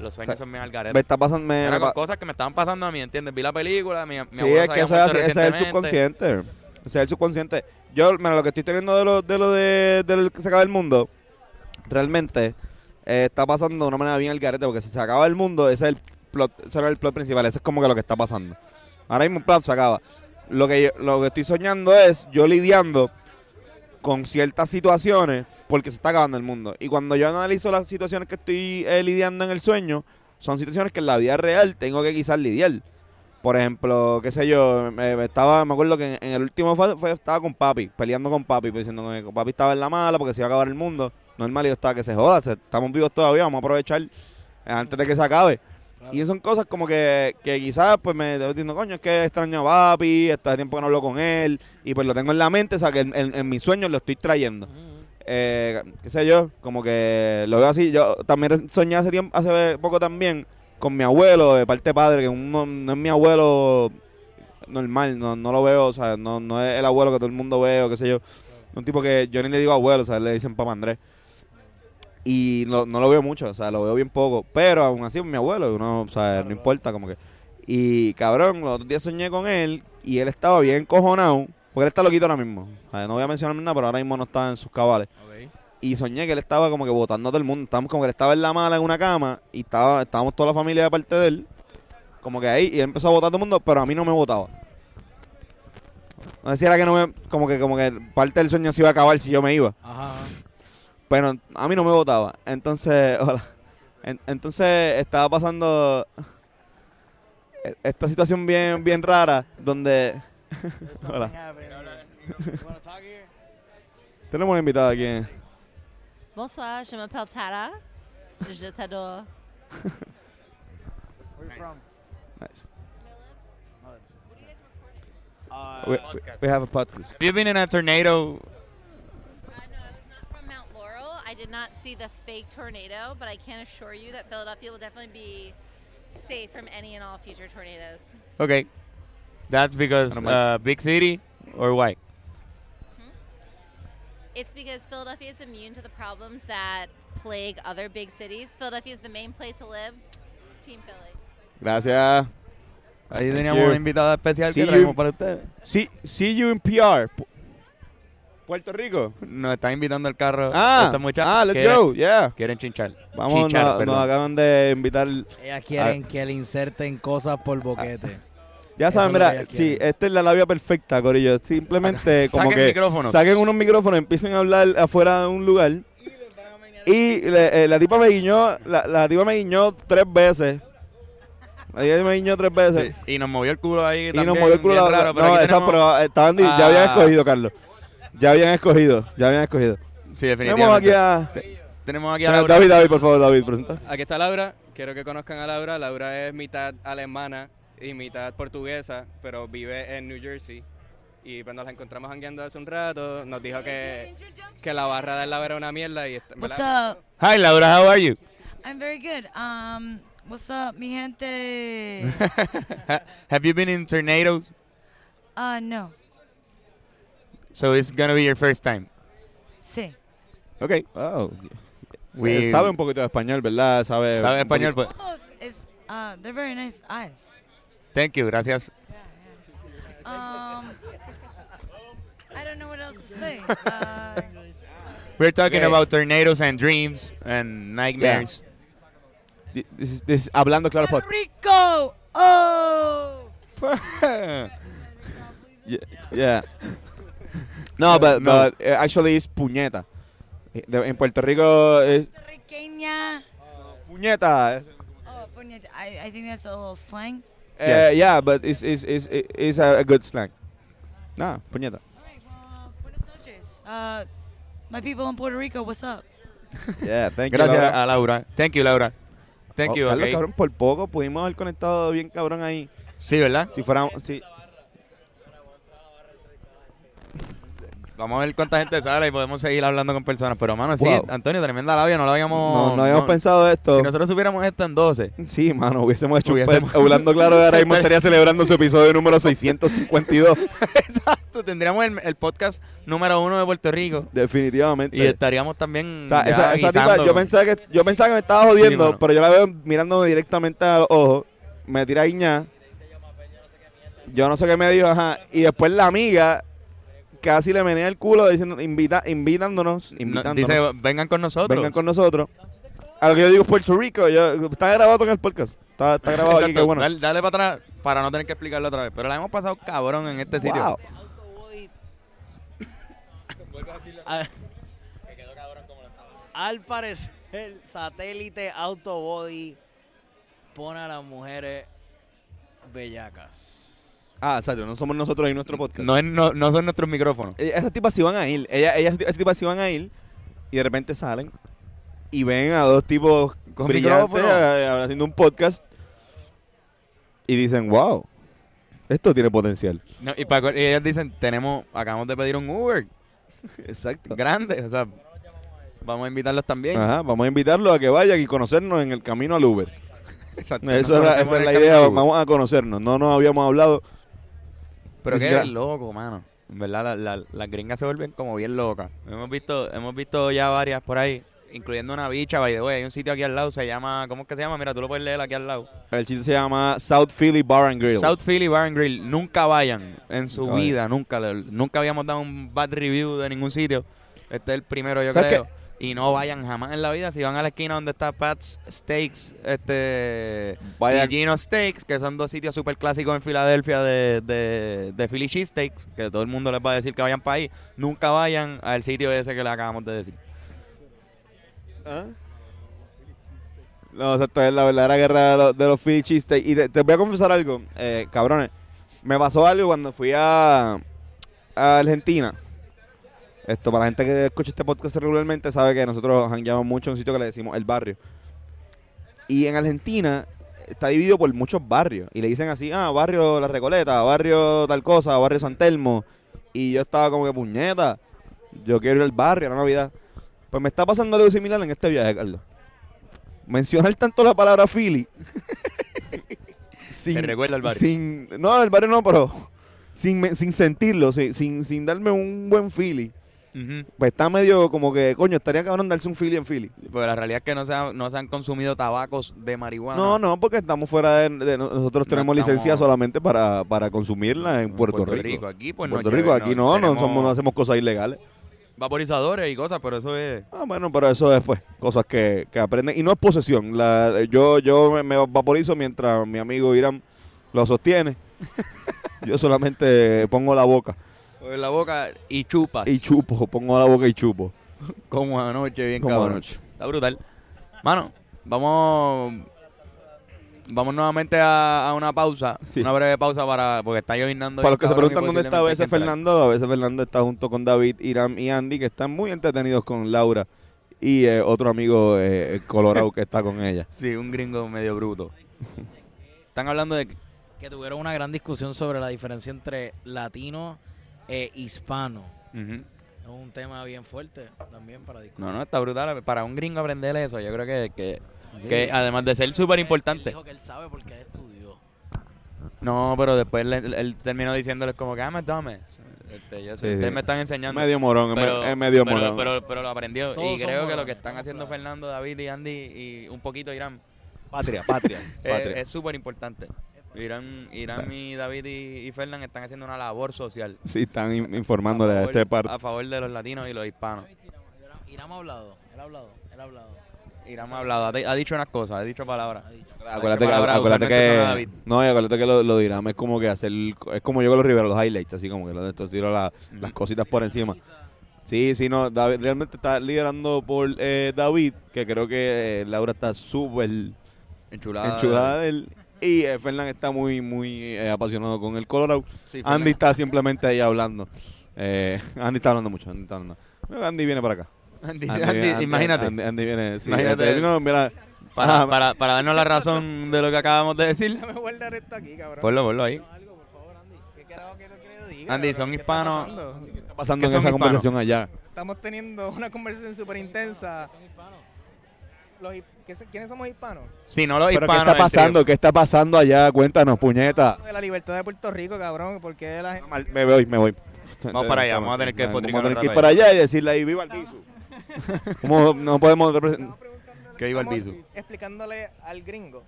[SPEAKER 1] Los sueños
[SPEAKER 3] O sea,
[SPEAKER 1] son bien al
[SPEAKER 3] me
[SPEAKER 1] garete.
[SPEAKER 3] está pasando... me-
[SPEAKER 1] Eran
[SPEAKER 3] me pa-
[SPEAKER 1] cosas que me estaban pasando a mí, ¿entiendes? Vi la película, mi, mi
[SPEAKER 3] sí,
[SPEAKER 1] abuelo
[SPEAKER 3] es
[SPEAKER 1] se
[SPEAKER 3] que
[SPEAKER 1] había
[SPEAKER 3] eso es,
[SPEAKER 1] muerto
[SPEAKER 3] así, ese es el
[SPEAKER 1] recientemente.
[SPEAKER 3] subconsciente. O sea, el subconsciente. Yo, mira, lo que estoy teniendo de lo de, lo de del que se acaba el mundo, realmente eh, está pasando de una manera bien al garete, porque si se acaba el mundo, ese es el plot, ese era el plot principal, ese es como que lo que está pasando. Ahora mismo el plot se acaba. Lo que, yo- lo que estoy soñando es yo lidiando con ciertas situaciones porque se está acabando el mundo. Y cuando yo analizo las situaciones que estoy eh, lidiando en el sueño, son situaciones que en la vida real tengo que quizás lidiar. Por ejemplo, qué sé yo, me, me estaba, me acuerdo que en, en el último fue, fue- estaba con papi, peleando con papi, pues, diciendo que papi estaba en la mala porque se iba a acabar el mundo. normal y yo estaba que se joda, se- estamos vivos todavía, vamos a aprovechar eh, antes de que se acabe.
[SPEAKER 2] Claro.
[SPEAKER 3] Y son cosas como que, que quizás pues me estoy diciendo, coño, es que extraño a papi, está tiempo que no hablo con él, y pues lo tengo en la mente, o sea que en, en- en mis sueños lo estoy trayendo. Eh, qué sé yo, como que lo veo así, yo también soñé hace tiempo, hace poco también, con mi abuelo, de parte de padre, que uno- no es mi abuelo normal, no, no lo veo, o sea, no, no es el abuelo que todo el mundo ve, o qué sé yo. Un tipo que yo ni le digo abuelo, o sea, le dicen papá Andrés. Y no, no lo veo mucho, o sea, lo veo bien poco. Pero aún así, mi abuelo, uno, o sea, no importa, como que. Y cabrón, los otros días soñé con él y él estaba bien cojonado, porque él está loquito ahora mismo. O sea, no voy a mencionar nada, pero ahora mismo no está en sus cabales. Y soñé que él estaba como que botando a todo el mundo. Estábamos como que él estaba en la mala en una cama y estaba, estábamos toda la familia de parte de él. Como que ahí, y él empezó a votar a todo el mundo, pero a mí no me votaba. No sé si era que no me. Como que, como que parte del sueño se iba a acabar si yo me iba.
[SPEAKER 2] Ajá. ajá.
[SPEAKER 3] Pero a mí no me votaba. Entonces, hola. En- entonces estaba pasando e- esta situación bien, bien rara donde. hola. Tenemos una invitada aquí. eh.
[SPEAKER 7] Bonsoir, je m'appelle Tara. Je t'adore.
[SPEAKER 3] Nice. We, we have a podcast.
[SPEAKER 1] Have you been in a tornado?
[SPEAKER 7] Uh, no, I was not from Mount Laurel. I did not see the fake tornado, but I can assure you that Philadelphia will definitely be safe from any and all future tornadoes.
[SPEAKER 1] Okay. That's because
[SPEAKER 3] Normal.
[SPEAKER 1] uh, big city or why?
[SPEAKER 7] It's because Philadelphia is immune to the problems that plague other big cities. Philadelphia is the main place to live. Team Philly.
[SPEAKER 3] Gracias.
[SPEAKER 1] Ahí
[SPEAKER 3] Thank
[SPEAKER 1] teníamos
[SPEAKER 3] you.
[SPEAKER 1] una invitada especial
[SPEAKER 3] See
[SPEAKER 1] que traemos
[SPEAKER 3] you.
[SPEAKER 1] para ustedes.
[SPEAKER 3] See, see you in PR. Pu- Puerto Rico.
[SPEAKER 1] Nos está invitando el carro.
[SPEAKER 3] Ah,
[SPEAKER 1] esta muchacha.
[SPEAKER 3] ah, let's
[SPEAKER 1] Quieren-
[SPEAKER 3] go. Yeah.
[SPEAKER 1] Quieren chinchar.
[SPEAKER 3] Vamos,
[SPEAKER 1] Chichar,
[SPEAKER 3] nos, nos
[SPEAKER 1] perdón.
[SPEAKER 3] acaban de invitar.
[SPEAKER 2] Ellas quieren que le inserten cosas por boquete.
[SPEAKER 3] Ya
[SPEAKER 2] Eso
[SPEAKER 3] saben,
[SPEAKER 2] es lo que
[SPEAKER 3] mira,
[SPEAKER 2] ella
[SPEAKER 3] sí,
[SPEAKER 2] quiere.
[SPEAKER 3] esta es la labia perfecta, Corillo. Simplemente como
[SPEAKER 1] Saquen
[SPEAKER 3] que
[SPEAKER 1] micrófonos.
[SPEAKER 3] saquen unos micrófonos, empiecen a hablar afuera de un lugar. Y le- eh, la tipa me guiñó, la, la tipa me guiñó tres veces. La tipa me guiñó tres veces.
[SPEAKER 1] Y nos movió el culo ahí.
[SPEAKER 3] Y nos movió el culo la
[SPEAKER 1] Raro, pero
[SPEAKER 3] No,
[SPEAKER 1] aquí
[SPEAKER 3] esa
[SPEAKER 1] tenemos-
[SPEAKER 3] prueba estaban di- ya habían
[SPEAKER 1] Ah.
[SPEAKER 3] escogido, Carlos. Ya habían escogido, ya habían escogido.
[SPEAKER 1] Sí,
[SPEAKER 3] Tenemos
[SPEAKER 1] definitivamente.
[SPEAKER 3] aquí a
[SPEAKER 1] Tenemos aquí a Laura.
[SPEAKER 3] David, David, por favor, David, presenta.
[SPEAKER 6] Aquí está Laura. Quiero que conozcan a Laura. Laura es mitad alemana y mitad portuguesa, pero vive en New Jersey. Y cuando la encontramos jangueando hace un rato, nos dijo que, que la barra de Laura era una mierda. Y está-
[SPEAKER 8] What's
[SPEAKER 6] ¿verdad?
[SPEAKER 8] up?
[SPEAKER 1] Hi, Laura, how are you?
[SPEAKER 8] I'm very good. Um, what's up, mi gente?
[SPEAKER 1] Ha- have you been in tornadoes?
[SPEAKER 8] uh, no.
[SPEAKER 1] So it's gonna be your first time.
[SPEAKER 8] Sí.
[SPEAKER 1] Okay.
[SPEAKER 3] Wow.
[SPEAKER 1] We-
[SPEAKER 3] Eh, sabe un poquito de español, ¿verdad? Sabe,
[SPEAKER 1] ¿Sabe
[SPEAKER 3] un
[SPEAKER 1] español? Pues,
[SPEAKER 8] Ojos is, uh, they're very nice eyes.
[SPEAKER 1] thank you, gracias.
[SPEAKER 8] Um, I don't know what else to say. Uh,
[SPEAKER 1] We're talking
[SPEAKER 3] Yeah.
[SPEAKER 1] about tornadoes and dreams and nightmares.
[SPEAKER 3] poquito. This is- this is hablando claro pues,
[SPEAKER 8] Puerto
[SPEAKER 3] podcast.
[SPEAKER 8] Rico! Oh!
[SPEAKER 3] Yeah. yeah. No, but,
[SPEAKER 1] No.
[SPEAKER 3] but, uh, actually it's puñeta. Eh, de- En Puerto Rico es
[SPEAKER 8] Puertorriqueña.
[SPEAKER 3] puñeta.
[SPEAKER 8] Oh, puñet. I, I think that's a little slang.
[SPEAKER 3] Eh,
[SPEAKER 1] Yes.
[SPEAKER 3] Yeah, but it's, it's, it's, it's a a good slang. Nah, puñeta.
[SPEAKER 8] All right, well, buenas noches. Uh, my people in Puerto Rico, what's up?
[SPEAKER 3] Yeah, thank you,
[SPEAKER 1] Gracias
[SPEAKER 3] Laura.
[SPEAKER 1] a Laura. Thank you, Laura. Thank
[SPEAKER 3] Oh,
[SPEAKER 1] you.
[SPEAKER 3] Carlos,
[SPEAKER 1] okay.
[SPEAKER 3] cabrón, por poco pudimos haber conectado bien cabrón ahí.
[SPEAKER 1] Sí, ¿verdad?
[SPEAKER 3] Si fuéramos... Si,
[SPEAKER 1] Vamos a ver cuánta gente sale y podemos seguir hablando con personas. Pero, mano, sí,
[SPEAKER 3] Wow.
[SPEAKER 1] Antonio, tremenda labia. No lo habíamos.
[SPEAKER 3] no, no habíamos pensado esto.
[SPEAKER 1] Si nosotros supiéramos esto en 12.
[SPEAKER 3] Sí, mano, hubiésemos hecho
[SPEAKER 1] Hubiésemos-
[SPEAKER 3] un pe- Hablando claro, ahora mismo estaría celebrando su episodio número 652.
[SPEAKER 1] Exacto. Tendríamos el, el podcast número uno de Puerto Rico.
[SPEAKER 3] Definitivamente.
[SPEAKER 1] Y estaríamos también.
[SPEAKER 3] O sea,
[SPEAKER 1] ya
[SPEAKER 3] esa, esa tipa,
[SPEAKER 1] avisando.
[SPEAKER 3] yo pensaba que yo pensaba que me estaba jodiendo,
[SPEAKER 1] mano.
[SPEAKER 3] pero yo la veo mirándome directamente a los ojos, me tira a guiñar. Yo no sé qué me dijo, ajá, y después la amiga casi le menea el culo diciendo invita, invitándonos,
[SPEAKER 1] No,
[SPEAKER 3] invitándonos.
[SPEAKER 1] dice, vengan con nosotros.
[SPEAKER 3] vengan con nosotros. A lo que yo digo Puerto Rico, yo, está grabado en el podcast. Está, está grabado aquí,
[SPEAKER 1] Exacto,
[SPEAKER 3] qué bueno.
[SPEAKER 1] Dale, dale para atrás para no tener que explicarlo otra vez. Pero la hemos pasado cabrón en este sitio.
[SPEAKER 3] Wow.
[SPEAKER 2] A- Al parecer, satélite autobody pone a las mujeres bellacas.
[SPEAKER 3] Ah, exacto, no somos nosotros ahí nuestro podcast.
[SPEAKER 1] No, es- no, no son nuestros micrófonos.
[SPEAKER 3] Eh, Esas tipas sí van a ir. Ellas, ellas, esas tipas sí van a ir. Y de repente salen y ven a dos tipos
[SPEAKER 1] Con
[SPEAKER 3] brillantes
[SPEAKER 1] micrófono.
[SPEAKER 3] a- a- haciendo un podcast y dicen, wow, esto tiene potencial.
[SPEAKER 1] No, y, para, y ellos dicen, tenemos, acabamos de pedir un Uber
[SPEAKER 3] Exacto.
[SPEAKER 1] grande, o sea, vamos a invitarlos también.
[SPEAKER 3] Ah, Ajá, vamos a invitarlos a que vayan y conocernos en el camino al Uber.
[SPEAKER 1] Exacto, nos
[SPEAKER 3] Eso era-
[SPEAKER 1] conocemos
[SPEAKER 3] esa es
[SPEAKER 1] en
[SPEAKER 3] la
[SPEAKER 1] el camino
[SPEAKER 3] idea,
[SPEAKER 1] al Uber.
[SPEAKER 3] vamos a conocernos. No nos habíamos hablado.
[SPEAKER 1] Pero
[SPEAKER 3] Ni
[SPEAKER 1] que
[SPEAKER 3] siquiera-
[SPEAKER 1] eres loco, mano. En verdad, la- la- las gringas se vuelven como bien locas. Hemos visto, hemos visto ya varias por ahí, incluyendo una bicha, by the way. Hay un sitio aquí al lado, se llama, ¿cómo es que se llama? Mira, tú lo puedes leer aquí al lado.
[SPEAKER 3] El chiste se llama South Philly Bar and Grill.
[SPEAKER 1] South Philly Bar and Grill. Nunca vayan en su
[SPEAKER 3] Nunca
[SPEAKER 1] vida, nunca. le- Nunca habíamos dado un bad review de ningún sitio. Este es el primero, yo
[SPEAKER 3] ¿Sabes
[SPEAKER 1] creo. Y no vayan jamás en la vida. Si van a la esquina donde está Pat's Steaks, este...
[SPEAKER 3] Vaya-
[SPEAKER 1] Y Gino Steaks, que son dos sitios súper clásicos en Filadelfia de, de, de Philly Cheese Steaks, que todo el mundo les va a decir que vayan para ahí. Nunca vayan al sitio ese que le acabamos de decir.
[SPEAKER 3] ¿Ah? No, exacto, es la verdadera guerra de los, de los Philly cheesesteak. Y te, te voy a confesar algo, eh, cabrones. Me pasó algo cuando fui a, a Argentina. Esto, para la gente que escucha este podcast regularmente, sabe que nosotros hangueamos mucho en un sitio que le decimos el barrio. Y en Argentina está dividido por muchos barrios. Y le dicen así, ah, barrio La Recoleta, barrio tal cosa, barrio San Telmo. Y yo estaba como que puñeta. Yo quiero ir al barrio, a la Navidad. Pues me está pasando algo similar en este viaje, Carlos mencionar tanto la palabra Philly. sin,
[SPEAKER 1] Te recuerda al barrio.
[SPEAKER 3] sin- no, el barrio no, pero sin, me- sin sentirlo, sin, sin, sin darme un buen Philly. Pues está medio como que, coño, estaría cabrón darse un Philly en Philly.
[SPEAKER 1] Pero la realidad es que no se, ha- no se han consumido tabacos de marihuana.
[SPEAKER 3] No, no, porque estamos fuera de... de- nosotros tenemos
[SPEAKER 1] estamos-
[SPEAKER 3] licencia solamente para, para consumirla en Puerto, Rico.
[SPEAKER 1] Aquí, pues,
[SPEAKER 3] En
[SPEAKER 1] no
[SPEAKER 3] Puerto Rico,
[SPEAKER 1] lleven,
[SPEAKER 3] aquí no, no,
[SPEAKER 1] tenemos
[SPEAKER 3] somos- no hacemos cosas ilegales.
[SPEAKER 1] Vaporizadores y cosas, pero eso es...
[SPEAKER 3] Ah, bueno, pero eso después, cosas que, que aprenden. Y no es posesión. La, yo yo me, me vaporizo mientras mi amigo Irán lo sostiene. yo solamente pongo la boca
[SPEAKER 1] En la boca y chupas.
[SPEAKER 3] y chupo, pongo la boca y chupo.
[SPEAKER 1] Como anoche, bien
[SPEAKER 3] Como
[SPEAKER 1] cabrón.
[SPEAKER 3] anoche.
[SPEAKER 1] Está brutal. Mano, vamos. Vamos nuevamente a, a una pausa.
[SPEAKER 3] Sí.
[SPEAKER 1] Una breve pausa para. Porque está lloviznando.
[SPEAKER 3] Para
[SPEAKER 1] bien
[SPEAKER 3] los que se
[SPEAKER 1] cabrón y
[SPEAKER 3] preguntan dónde está a
[SPEAKER 1] posiblemente
[SPEAKER 3] veces
[SPEAKER 1] hay que entrar.
[SPEAKER 3] Fernando, a veces Fernando está junto con David, Irán y Andy, que están muy entretenidos con Laura y eh, otro amigo eh, colorado que está con ella.
[SPEAKER 1] Sí, un gringo medio bruto. Están hablando de.
[SPEAKER 2] Que tuvieron una gran discusión sobre la diferencia entre latino e hispano.
[SPEAKER 1] Ujú.
[SPEAKER 2] Es un tema bien fuerte también para discutir.
[SPEAKER 1] No, no, está brutal. Para un gringo aprender eso, yo creo que. que
[SPEAKER 2] Sí.
[SPEAKER 1] que además de ser súper
[SPEAKER 2] Él
[SPEAKER 1] importante.
[SPEAKER 2] dijo que él sabe porque él estudió.
[SPEAKER 1] No, pero después le- él, terminó diciéndoles como que, ah, me tomes. Este, yo sé,
[SPEAKER 3] Sí,
[SPEAKER 1] ustedes
[SPEAKER 3] sí.
[SPEAKER 1] me están enseñando.
[SPEAKER 3] Medio morón, es me-
[SPEAKER 1] pero,
[SPEAKER 3] es medio
[SPEAKER 1] pero-
[SPEAKER 3] morón.
[SPEAKER 1] Pero, pero lo aprendió.
[SPEAKER 2] Todos
[SPEAKER 1] y
[SPEAKER 2] son
[SPEAKER 1] creo que lo que están
[SPEAKER 2] morones, estamos
[SPEAKER 1] haciendo
[SPEAKER 2] claros.
[SPEAKER 1] Fernando, David y Andy y un poquito Irán
[SPEAKER 3] patria, patria,
[SPEAKER 1] es-
[SPEAKER 3] patria.
[SPEAKER 1] es súper importante. Irán, Irán y David y, y Fernán están haciendo una labor social.
[SPEAKER 3] Sí, están in- informándole a
[SPEAKER 1] favor-
[SPEAKER 3] este par.
[SPEAKER 1] a favor de los latinos y los hispanos.
[SPEAKER 2] Irán ha hablado, él ha hablado, él ha hablado.
[SPEAKER 1] Irán ha hablado, ha, ha dicho unas cosas, ha dicho palabras.
[SPEAKER 2] Ha dicho.
[SPEAKER 1] Ah,
[SPEAKER 3] Acuérdate
[SPEAKER 1] Hay
[SPEAKER 3] que,
[SPEAKER 1] que palabras
[SPEAKER 3] acuérdate
[SPEAKER 1] usualmente son a
[SPEAKER 3] que
[SPEAKER 1] David.
[SPEAKER 3] no, y acuérdate que lo, lo de Irán es como que hacer es como yo con los Rivera, los highlights, así como que lo- entonces tiro la- las cositas por encima. Sí, sí, no, David realmente está liderando por eh, David, que creo que eh, Laura está súper
[SPEAKER 1] Enchulada.
[SPEAKER 3] enchulada de él y eh, Fernán está muy muy eh, apasionado con el Colorado.
[SPEAKER 1] Sí, Fernan-
[SPEAKER 3] Andy está simplemente ahí hablando. Eh, Andy está hablando mucho, Andy está hablando. Andy viene para acá.
[SPEAKER 1] Andy-
[SPEAKER 3] Andy
[SPEAKER 1] Andy-
[SPEAKER 3] viene- Andy-
[SPEAKER 1] imagínate.
[SPEAKER 3] Andy, Andy viene, sí,
[SPEAKER 1] Imagínate.
[SPEAKER 3] este, no, mira,
[SPEAKER 1] para,
[SPEAKER 3] ah,
[SPEAKER 1] para, para darnos la razón de lo que acabamos de decir.
[SPEAKER 5] Déjame guardar esto aquí, cabrón.
[SPEAKER 1] Ponlo, ponlo ahí.
[SPEAKER 5] Algo, por favor, Andy. ¿Qué carajo que te quiero decir?
[SPEAKER 1] Andy,
[SPEAKER 5] cabrón?
[SPEAKER 1] son
[SPEAKER 5] ¿Qué está
[SPEAKER 1] hispanos.
[SPEAKER 5] pasando?
[SPEAKER 3] está pasando
[SPEAKER 1] que
[SPEAKER 3] en
[SPEAKER 1] son
[SPEAKER 3] esa
[SPEAKER 1] hispanos.
[SPEAKER 3] conversación allá.
[SPEAKER 5] Estamos teniendo una conversación súper intensa. Los hi- ¿qué se- ¿Quiénes somos hispanos?
[SPEAKER 1] Si no los
[SPEAKER 3] ¿Pero qué
[SPEAKER 1] hispanos. este
[SPEAKER 3] está
[SPEAKER 1] el trío.
[SPEAKER 3] pasando? ¿Qué está pasando allá? Cuéntanos, puñeta.
[SPEAKER 5] De la libertad de Puerto Rico, cabrón. Porque la gente...
[SPEAKER 3] Mal- Me voy, me voy.
[SPEAKER 1] Vamos para allá, vamos a tener que
[SPEAKER 3] Vamos
[SPEAKER 1] despotricar
[SPEAKER 3] a tener
[SPEAKER 1] un
[SPEAKER 3] que ir
[SPEAKER 1] rato
[SPEAKER 3] para allá y decirle ahí, viva el piso. ¿Cómo no podemos representar?
[SPEAKER 1] Que viva el
[SPEAKER 5] Estamos
[SPEAKER 1] piso.
[SPEAKER 5] Explicándole al gringo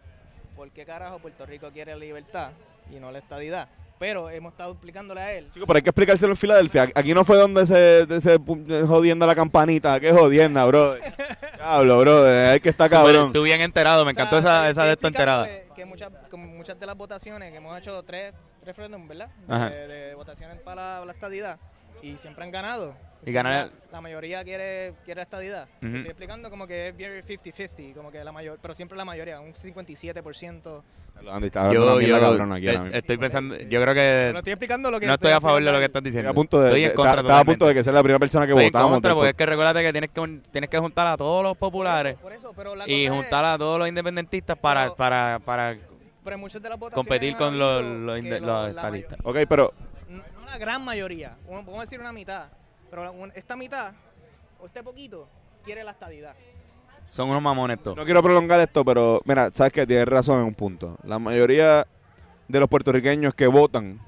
[SPEAKER 5] por qué carajo Puerto Rico quiere la libertad y no la estadidad. Pero hemos estado explicándole a él.
[SPEAKER 3] Chico, pero hay que explicárselo en Filadelfia. Aquí no fue donde se, de- se pu- jodienda la campanita. Qué jodienda, bro. Diablo, bro. Hay que estar Ah, cabrón.
[SPEAKER 1] Tú bien enterado, me encantó
[SPEAKER 5] O
[SPEAKER 1] esa,
[SPEAKER 5] sea, estoy-
[SPEAKER 1] esa de esto
[SPEAKER 5] estoy
[SPEAKER 1] enterada.
[SPEAKER 5] explicándole Que muchas, como muchas de las votaciones que hemos hecho, tres referéndums, ¿verdad?
[SPEAKER 1] Ajá.
[SPEAKER 5] De, de votaciones para la estadidad. y siempre han ganado.
[SPEAKER 1] Y ganar-
[SPEAKER 5] Siempre la- La mayoría quiere, quiere la estadidad. Te
[SPEAKER 1] Ujú.
[SPEAKER 5] Estoy explicando como que es bien 50-50, como que la mayor, pero siempre la mayoría, un 57%.
[SPEAKER 3] Andy, está dando una mierda cabrona aquí
[SPEAKER 1] eh,
[SPEAKER 3] ahora mismo.
[SPEAKER 1] estoy pensando, yo creo
[SPEAKER 5] Pero
[SPEAKER 1] que
[SPEAKER 5] estoy explicando lo que...
[SPEAKER 1] no estoy a favor de lo que
[SPEAKER 5] explicando.
[SPEAKER 1] estás diciendo.
[SPEAKER 3] Estoy a punto de,
[SPEAKER 1] estoy en
[SPEAKER 3] de-
[SPEAKER 1] contra
[SPEAKER 3] estaba- estaba a punto de
[SPEAKER 1] totalmente.
[SPEAKER 3] que sea la primera persona que
[SPEAKER 1] Estoy en
[SPEAKER 3] votamos.
[SPEAKER 1] contra,
[SPEAKER 3] del
[SPEAKER 1] porque es que recuérdate que tienes que, un- tienes que juntar a todos los populares
[SPEAKER 5] Por eso, pero la
[SPEAKER 1] y
[SPEAKER 5] cosa es-
[SPEAKER 1] juntar a todos los independentistas para,
[SPEAKER 5] Pero-
[SPEAKER 1] para, para
[SPEAKER 5] pero en muchas de las votaciones
[SPEAKER 1] competir
[SPEAKER 5] ha
[SPEAKER 1] con
[SPEAKER 5] habido
[SPEAKER 1] los, los,
[SPEAKER 5] que
[SPEAKER 1] inde-
[SPEAKER 5] lo-
[SPEAKER 1] los
[SPEAKER 5] la mayor-
[SPEAKER 1] estadistas.
[SPEAKER 3] podcast. Ok, pero
[SPEAKER 5] no no la gran mayoría, un- podemos decir una mitad, pero la- un- esta mitad, o este poquito, quiere la estadidad.
[SPEAKER 1] Son unos mamones todos.
[SPEAKER 3] no quiero prolongar esto, pero mira, sabes que tienes razón en un punto. La mayoría de los puertorriqueños que votan,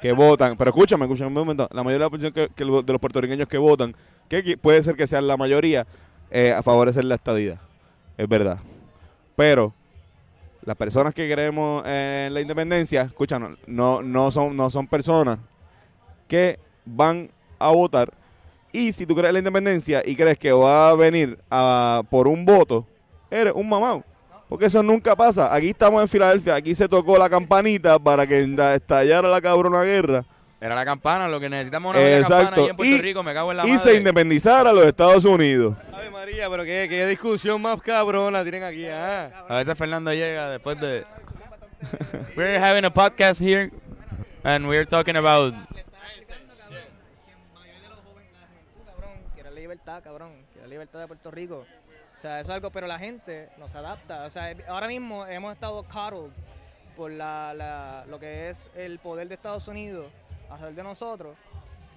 [SPEAKER 3] que votan, pero escúchame, escúchame un momento, la mayoría de, la población que- que lo- de los puertorriqueños que votan, que qui- puede ser que sean la mayoría, eh, a favorecer la estadía. Es verdad. Pero las personas que creemos en la independencia, escúchanos, no, no, son, no son personas que van a votar. Y si tú crees en la independencia y crees que va a venir a, por un voto, eres un mamado. Porque eso nunca pasa. Aquí estamos en Filadelfia, aquí se tocó la campanita para que enda- estallara la cabrona guerra
[SPEAKER 1] Era la campana, lo que necesitamos es una
[SPEAKER 3] Exacto.
[SPEAKER 1] campana ahí en Puerto
[SPEAKER 3] Y-
[SPEAKER 1] Rico, me cago en la
[SPEAKER 3] y se
[SPEAKER 1] madre.
[SPEAKER 3] independizara los Estados Unidos.
[SPEAKER 6] Ave María, pero qué, qué discusión más cabrona tienen aquí. Ah.
[SPEAKER 1] A veces Fernando llega después de... We're having a podcast here and we're talking about...
[SPEAKER 5] Cabrón, quiere la libertad, cabrón, quiere la libertad de Puerto Rico. O sea, eso es algo, pero la gente nos adapta. O sea, eh, ahora mismo hemos estado coddled por la, la- lo que es el poder de Estados Unidos alrededor de nosotros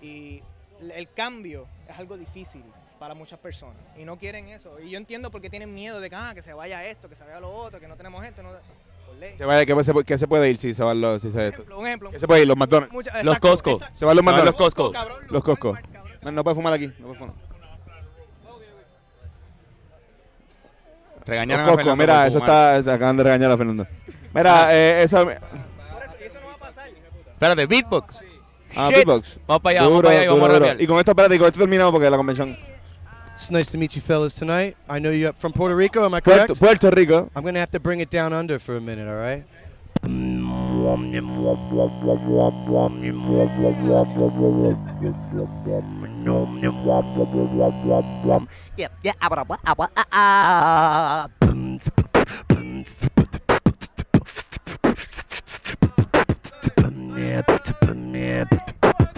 [SPEAKER 5] y l- el cambio es algo difícil para muchas personas y no quieren eso. Y yo entiendo por qué tienen miedo de que, ah, que se vaya esto, que se vaya lo otro, que no tenemos esto. No, por ley.
[SPEAKER 3] Se vaya, ¿qué, se, qué se puede ir si se van los... Si se,
[SPEAKER 5] Un ejemplo, un ejemplo.
[SPEAKER 3] ¿Qué se puede ir? Los McDonald's.
[SPEAKER 5] Mucha-
[SPEAKER 1] Los
[SPEAKER 5] exacto,
[SPEAKER 1] Costco.
[SPEAKER 5] exacto.
[SPEAKER 3] Se van los
[SPEAKER 1] No,
[SPEAKER 3] McDonald's.
[SPEAKER 1] los Costco.
[SPEAKER 5] Cabrón,
[SPEAKER 3] Los Costco.
[SPEAKER 5] Walmart, cabrón.
[SPEAKER 3] No, no puedes fumar aquí. No puedes fumar.
[SPEAKER 1] Regañaron
[SPEAKER 3] Los
[SPEAKER 1] a
[SPEAKER 3] Costco,
[SPEAKER 1] Fernando
[SPEAKER 3] mira,
[SPEAKER 1] por
[SPEAKER 3] eso
[SPEAKER 1] fumar.
[SPEAKER 3] está, está- acaban de regañar a Fernando. Mira, eh, esa...
[SPEAKER 1] Espérate, Beatbox.
[SPEAKER 3] Ah,
[SPEAKER 1] Shit.
[SPEAKER 3] Beatbox.
[SPEAKER 1] Vamos para allá,
[SPEAKER 3] Duro,
[SPEAKER 1] vamos para allá y
[SPEAKER 3] duro,
[SPEAKER 1] vamos a
[SPEAKER 3] duro.
[SPEAKER 1] rapear.
[SPEAKER 3] Y con esto, espérate, y con esto terminamos porque la convención...
[SPEAKER 9] It's nice to meet you fellas tonight. I know you're from Puerto Rico, am I correct?
[SPEAKER 3] Puerto, Puerto Rico.
[SPEAKER 9] I'm going to have to bring it down under for a minute, all right?
[SPEAKER 10] Yeah, yeah, abba, abba, abba, ah, ah.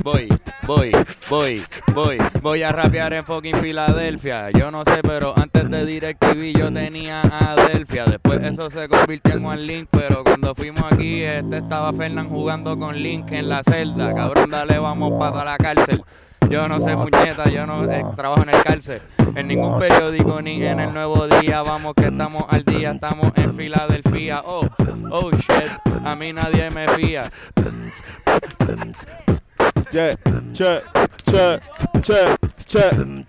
[SPEAKER 1] Voy, voy, voy, voy. Voy a rapear en fucking Filadelfia. Yo no sé, pero antes de DirecTV yo tenía a Adelphia. Después eso se convirtió en One Link. Pero cuando fuimos aquí, este estaba Fernán jugando con Link en la celda. Cabrón, dale, vamos para la cárcel. Yo no sé, puñeta, yo no eh, trabajo en el cárcel. En ningún periódico ni en el nuevo día. Vamos que estamos al día, estamos en Filadelfia. Oh, oh shit, a mí nadie me fía.
[SPEAKER 3] Che, che, che, che, che.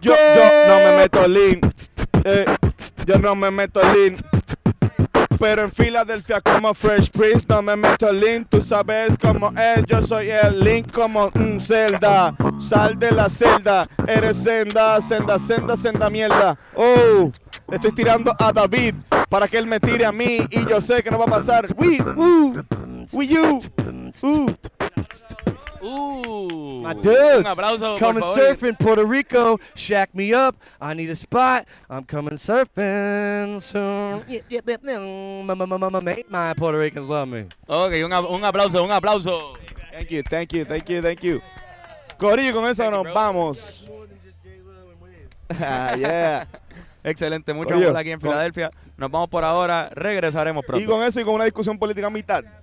[SPEAKER 3] Yo, yo no me meto lean. Eh, yo no me meto lean. Pero en Filadelfia como Fresh Prince no me meto lean. Tú sabes cómo es, yo soy el link como un celda. Sal de la celda, eres senda, senda, senda, senda mierda. Oh, le estoy tirando a David para que él me tire a mí y yo sé que no va a pasar. We, woo, we you, ooh.
[SPEAKER 1] Uh,
[SPEAKER 9] My dudes,
[SPEAKER 1] un aplauso, por
[SPEAKER 9] coming
[SPEAKER 1] favor.
[SPEAKER 9] surfing, Puerto Rico, shack me up. I need a spot. I'm coming surfing soon. Yeah, yeah, yeah, yeah. My, my, my, my, my, my Puerto Ricans love me.
[SPEAKER 1] Ok, un, ap- un aplauso, un aplauso.
[SPEAKER 3] Thank you, thank you, thank you, thank you. Corillo, con eso nos vamos. Ah, yeah.
[SPEAKER 1] Excelente, mucho
[SPEAKER 3] Corillo,
[SPEAKER 1] amor aquí en
[SPEAKER 3] con-
[SPEAKER 1] Filadelfia. Nos vamos por ahora, regresaremos pronto.
[SPEAKER 3] Y con eso y con una discusión política a mitad.